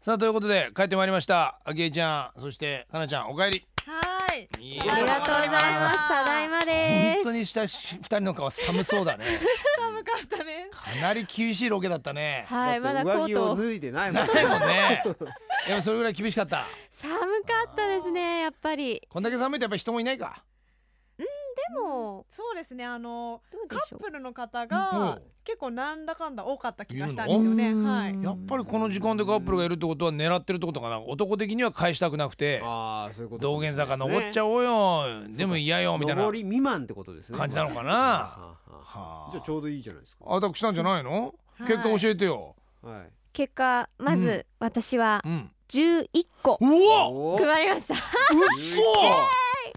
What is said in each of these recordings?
さあということで帰ってまいりましたあきえちゃんそしてかなちゃんおかえりはい。いありがとうございます。ただいま本で当す。にしたし二人の顔寒そうだね寒かったでかなり厳しいロケだったねはい、まだだってコ上ー着トをを脱いでないもんない もんねでもそれぐらい厳しかった寒かったですね。やっぱり。こんだけ寒いとやっぱり人もいないかでもす。そうですね。あのどうカでしょッう。プルの方うがん結構なんだかんだ多かった気がしたんですよいね。るのはい。やっぱりこの時間でカップルがいるってことは狙ってるってことかな男的には返したくなくてああそういうこと道玄坂登っちうゃおうよでも嫌よみたいな上り未満ってことですね感じなのかなはあはあはあじゃあちょうどいいじゃないですかあたくしたんじゃないの結果え。教えてよはい結果、まず私はうん11個うわおー配りました。う っ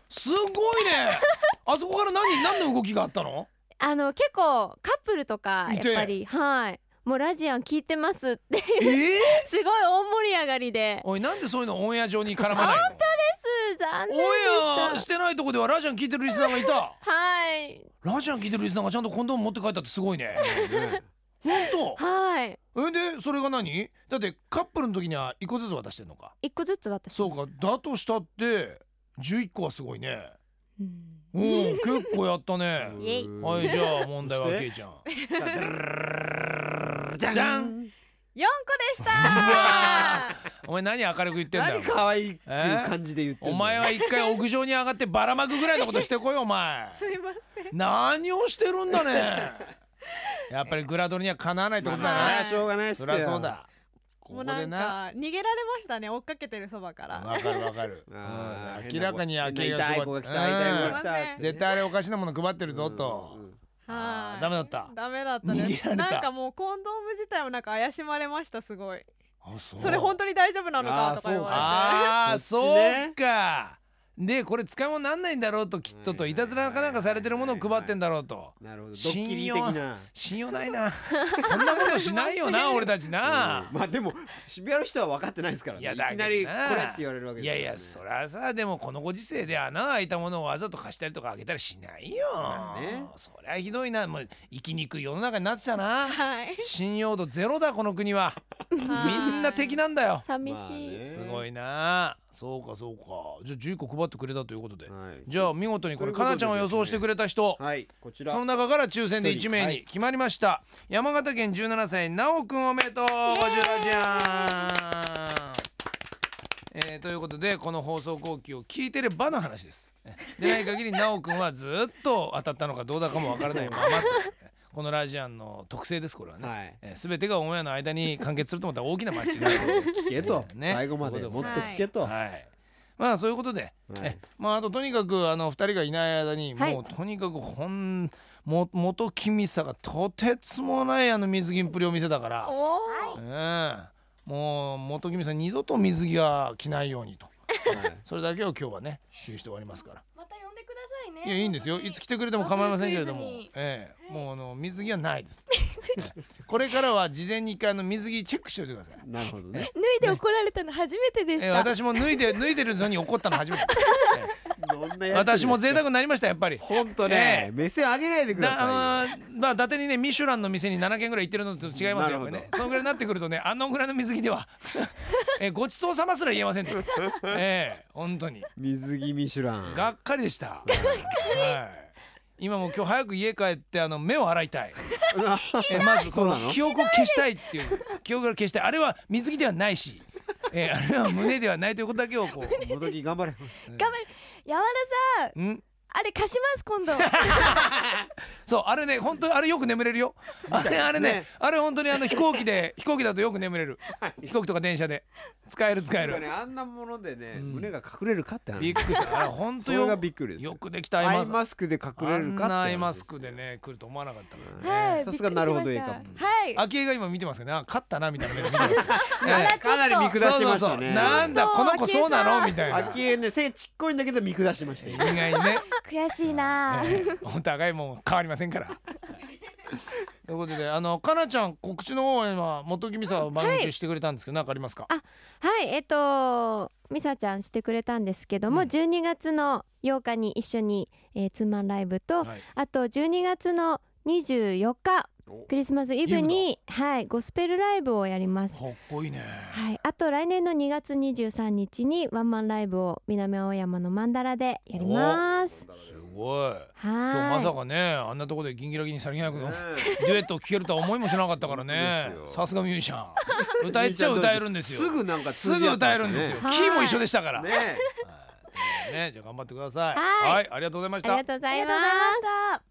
そすごいねあそこから何何の動きがあったのあの結構カップルとか見やてっぱりはい。もうラジアン聞いてますって えー、すごい大盛り上がりで。おいなんでそういうのオンエア上に絡まないのす残念でオンエアし。したてないとこではラジャン聞いてるリスナーがいたはいラジャン聞いてるリスナーがちゃんとコンドーム持って帰ったってすごいねね本はい。当えでそれが何だってカップルの時には一個ずつ渡してんのか一個ずつ渡しそうましたか。だとしたって11個はすごいねうんうん結構やったねイエイうんはいじゃあ問題はそけしていちゃんじゃじゃんん四個でした。お前何明るく言ってんだよ何可愛いっていう感じで言ってんだおよ前は一回屋上に上がってばらまくぐらいのことしてこいよお前すいません。 何をしてるんだ ねやっぱりグラドルにはかなわないってまことあだまあそれなはしょうがないっすそよりゃそうだこもこうなでんなか逃げられましたね。追っかけてるそばから。わかるわかる、あうんー明らかに明け変な痛い子が来た痛い子が来たって絶対あれおかしなもの配ってるぞと、うんうんあはーい。ダメだったダメだったね逃げられたなんかもうコンドーム自体もなんか怪しまれましたすごい。あそそれ本当に大丈夫なのかとか言わあーそっちそねうかでこれ使い物になんないんだろうときっととはいいはいはいたずらかなんかされてるものを配ってんだろうとなるほどドッキ信リ用的な信用ないなそんなことしないよな俺たちなうんまあでも渋谷の人は分かってないですからねいだきけどなりこれって言われるわけですいやいやそりゃさでもこのご時世で穴が開いたものをわざと貸したりとかあげたりしないよ、まあねそりゃひどいなもう生きにくい世の中になってたな れて。はい。信用度ゼロだこの国はみんな敵なんだよ寂しい。すごいなそうかそうかじゃあ11個配ってくれたということで、はいじゃあ見事にこれということかでなちゃんを予想してくれた人、はいこちらその中から抽選で一人1名はいに決まりました、山形県17歳なおくんおめでとう50ラジアンえーということでこの放送後期を聞いてればの話 ですでない限りなおくんはずっと当たったのかどうだかもわからないままとこのラジアンの特性ですこれはね、はいえー全てがオンエアの間に完結すると思ったら大きな間違い聞けと ね最後までもっと聞けとははい。まあそういうことで、いえまああととにかくあの二人がいない間に、はいもうとにかくほんも元君さがとてつもないあの水着っぷりを見せたから、おお。うん、もう元君さん二度と水着は着ないようにと。はいそれだけを今日はね注意して終わりますからまた呼んでくださいねいやいいんですよいつ来てくれても構いませんけれどもワンクールクイ、ええ、もうあの水着はないですええこれからは事前に一回あの水着チェックしておいてくださいなるほど ね脱いで怒られたの初めてでええ私も脱いで脱いでるのに怒ったの初めて、ええどんなやつ私も贅沢になりましたやっぱり本当ね目線上げないでくださだあのーまあ伊達にねミシュランの店に7軒ぐらい行ってるのと違いますよやっぱりなるねそのぐらいになってくるとねあのぐらいの水着では えごちそうさますら言えませんで したええ本当にい水着ミシュランがっかりでしたはい今もう今日早く家帰ってあの目を洗いた いえまずこそうなのの記憶を消したいっていう記憶を消したいあれは水着ではないし、えあれは胸ではないということだけをこ 元木頑張れ頑張る山田さんううんあれ貸します 今度そうあれね本当にあれよく眠れるよあれあれねあれ本当にあの飛行機で飛行機だとよく眠れる飛行機とか電車で使える使えなんかねるあんなものでねうん胸が隠れるかって話びっくりしたあれ本そ当れがよびっくりですよよくできたアイアマイスマスクで隠れるかあっんてな話アイマスクでね来ると思わなかったからはいさすがなるほどびいっいくりしかましたはい昭恵が今見てますけどねあ勝ったなみたいな目で見てますけどあらえちょっえとかなり 見下しましたねなんだこの子そうなのみたいな秋江ね背ちっこいんだけど見下しました意よ外にね悔しいなええお互いもう変わりませんから。はいということであのかなちゃん告知の方は今元木美沙は毎日してくれたんですけど何、かありますかはいえっとミサちゃんしてくれたんですけども、うん12月の8日に一緒に、えー、ツーマンライブと、はいあと12月の24日クリスマスイブにはいゴスペルライブをやります。かっこいいねはい、あと来年の2月23日にワンマンライブを南青山のマンダラでやります。すごいは今日ーい。まさかねあんなとこでギンギラギンにさりげな くのねデュエットを聴けるとは思いもしなかったからね本当ですよさすがミュージシャン 歌えちゃ歌えるんですよすぐなんかすぐ歌えるんですよはいキーも一緒でしたからねねじゃあ頑張ってくださいはいはいありがとうございましたありがとうございます。した。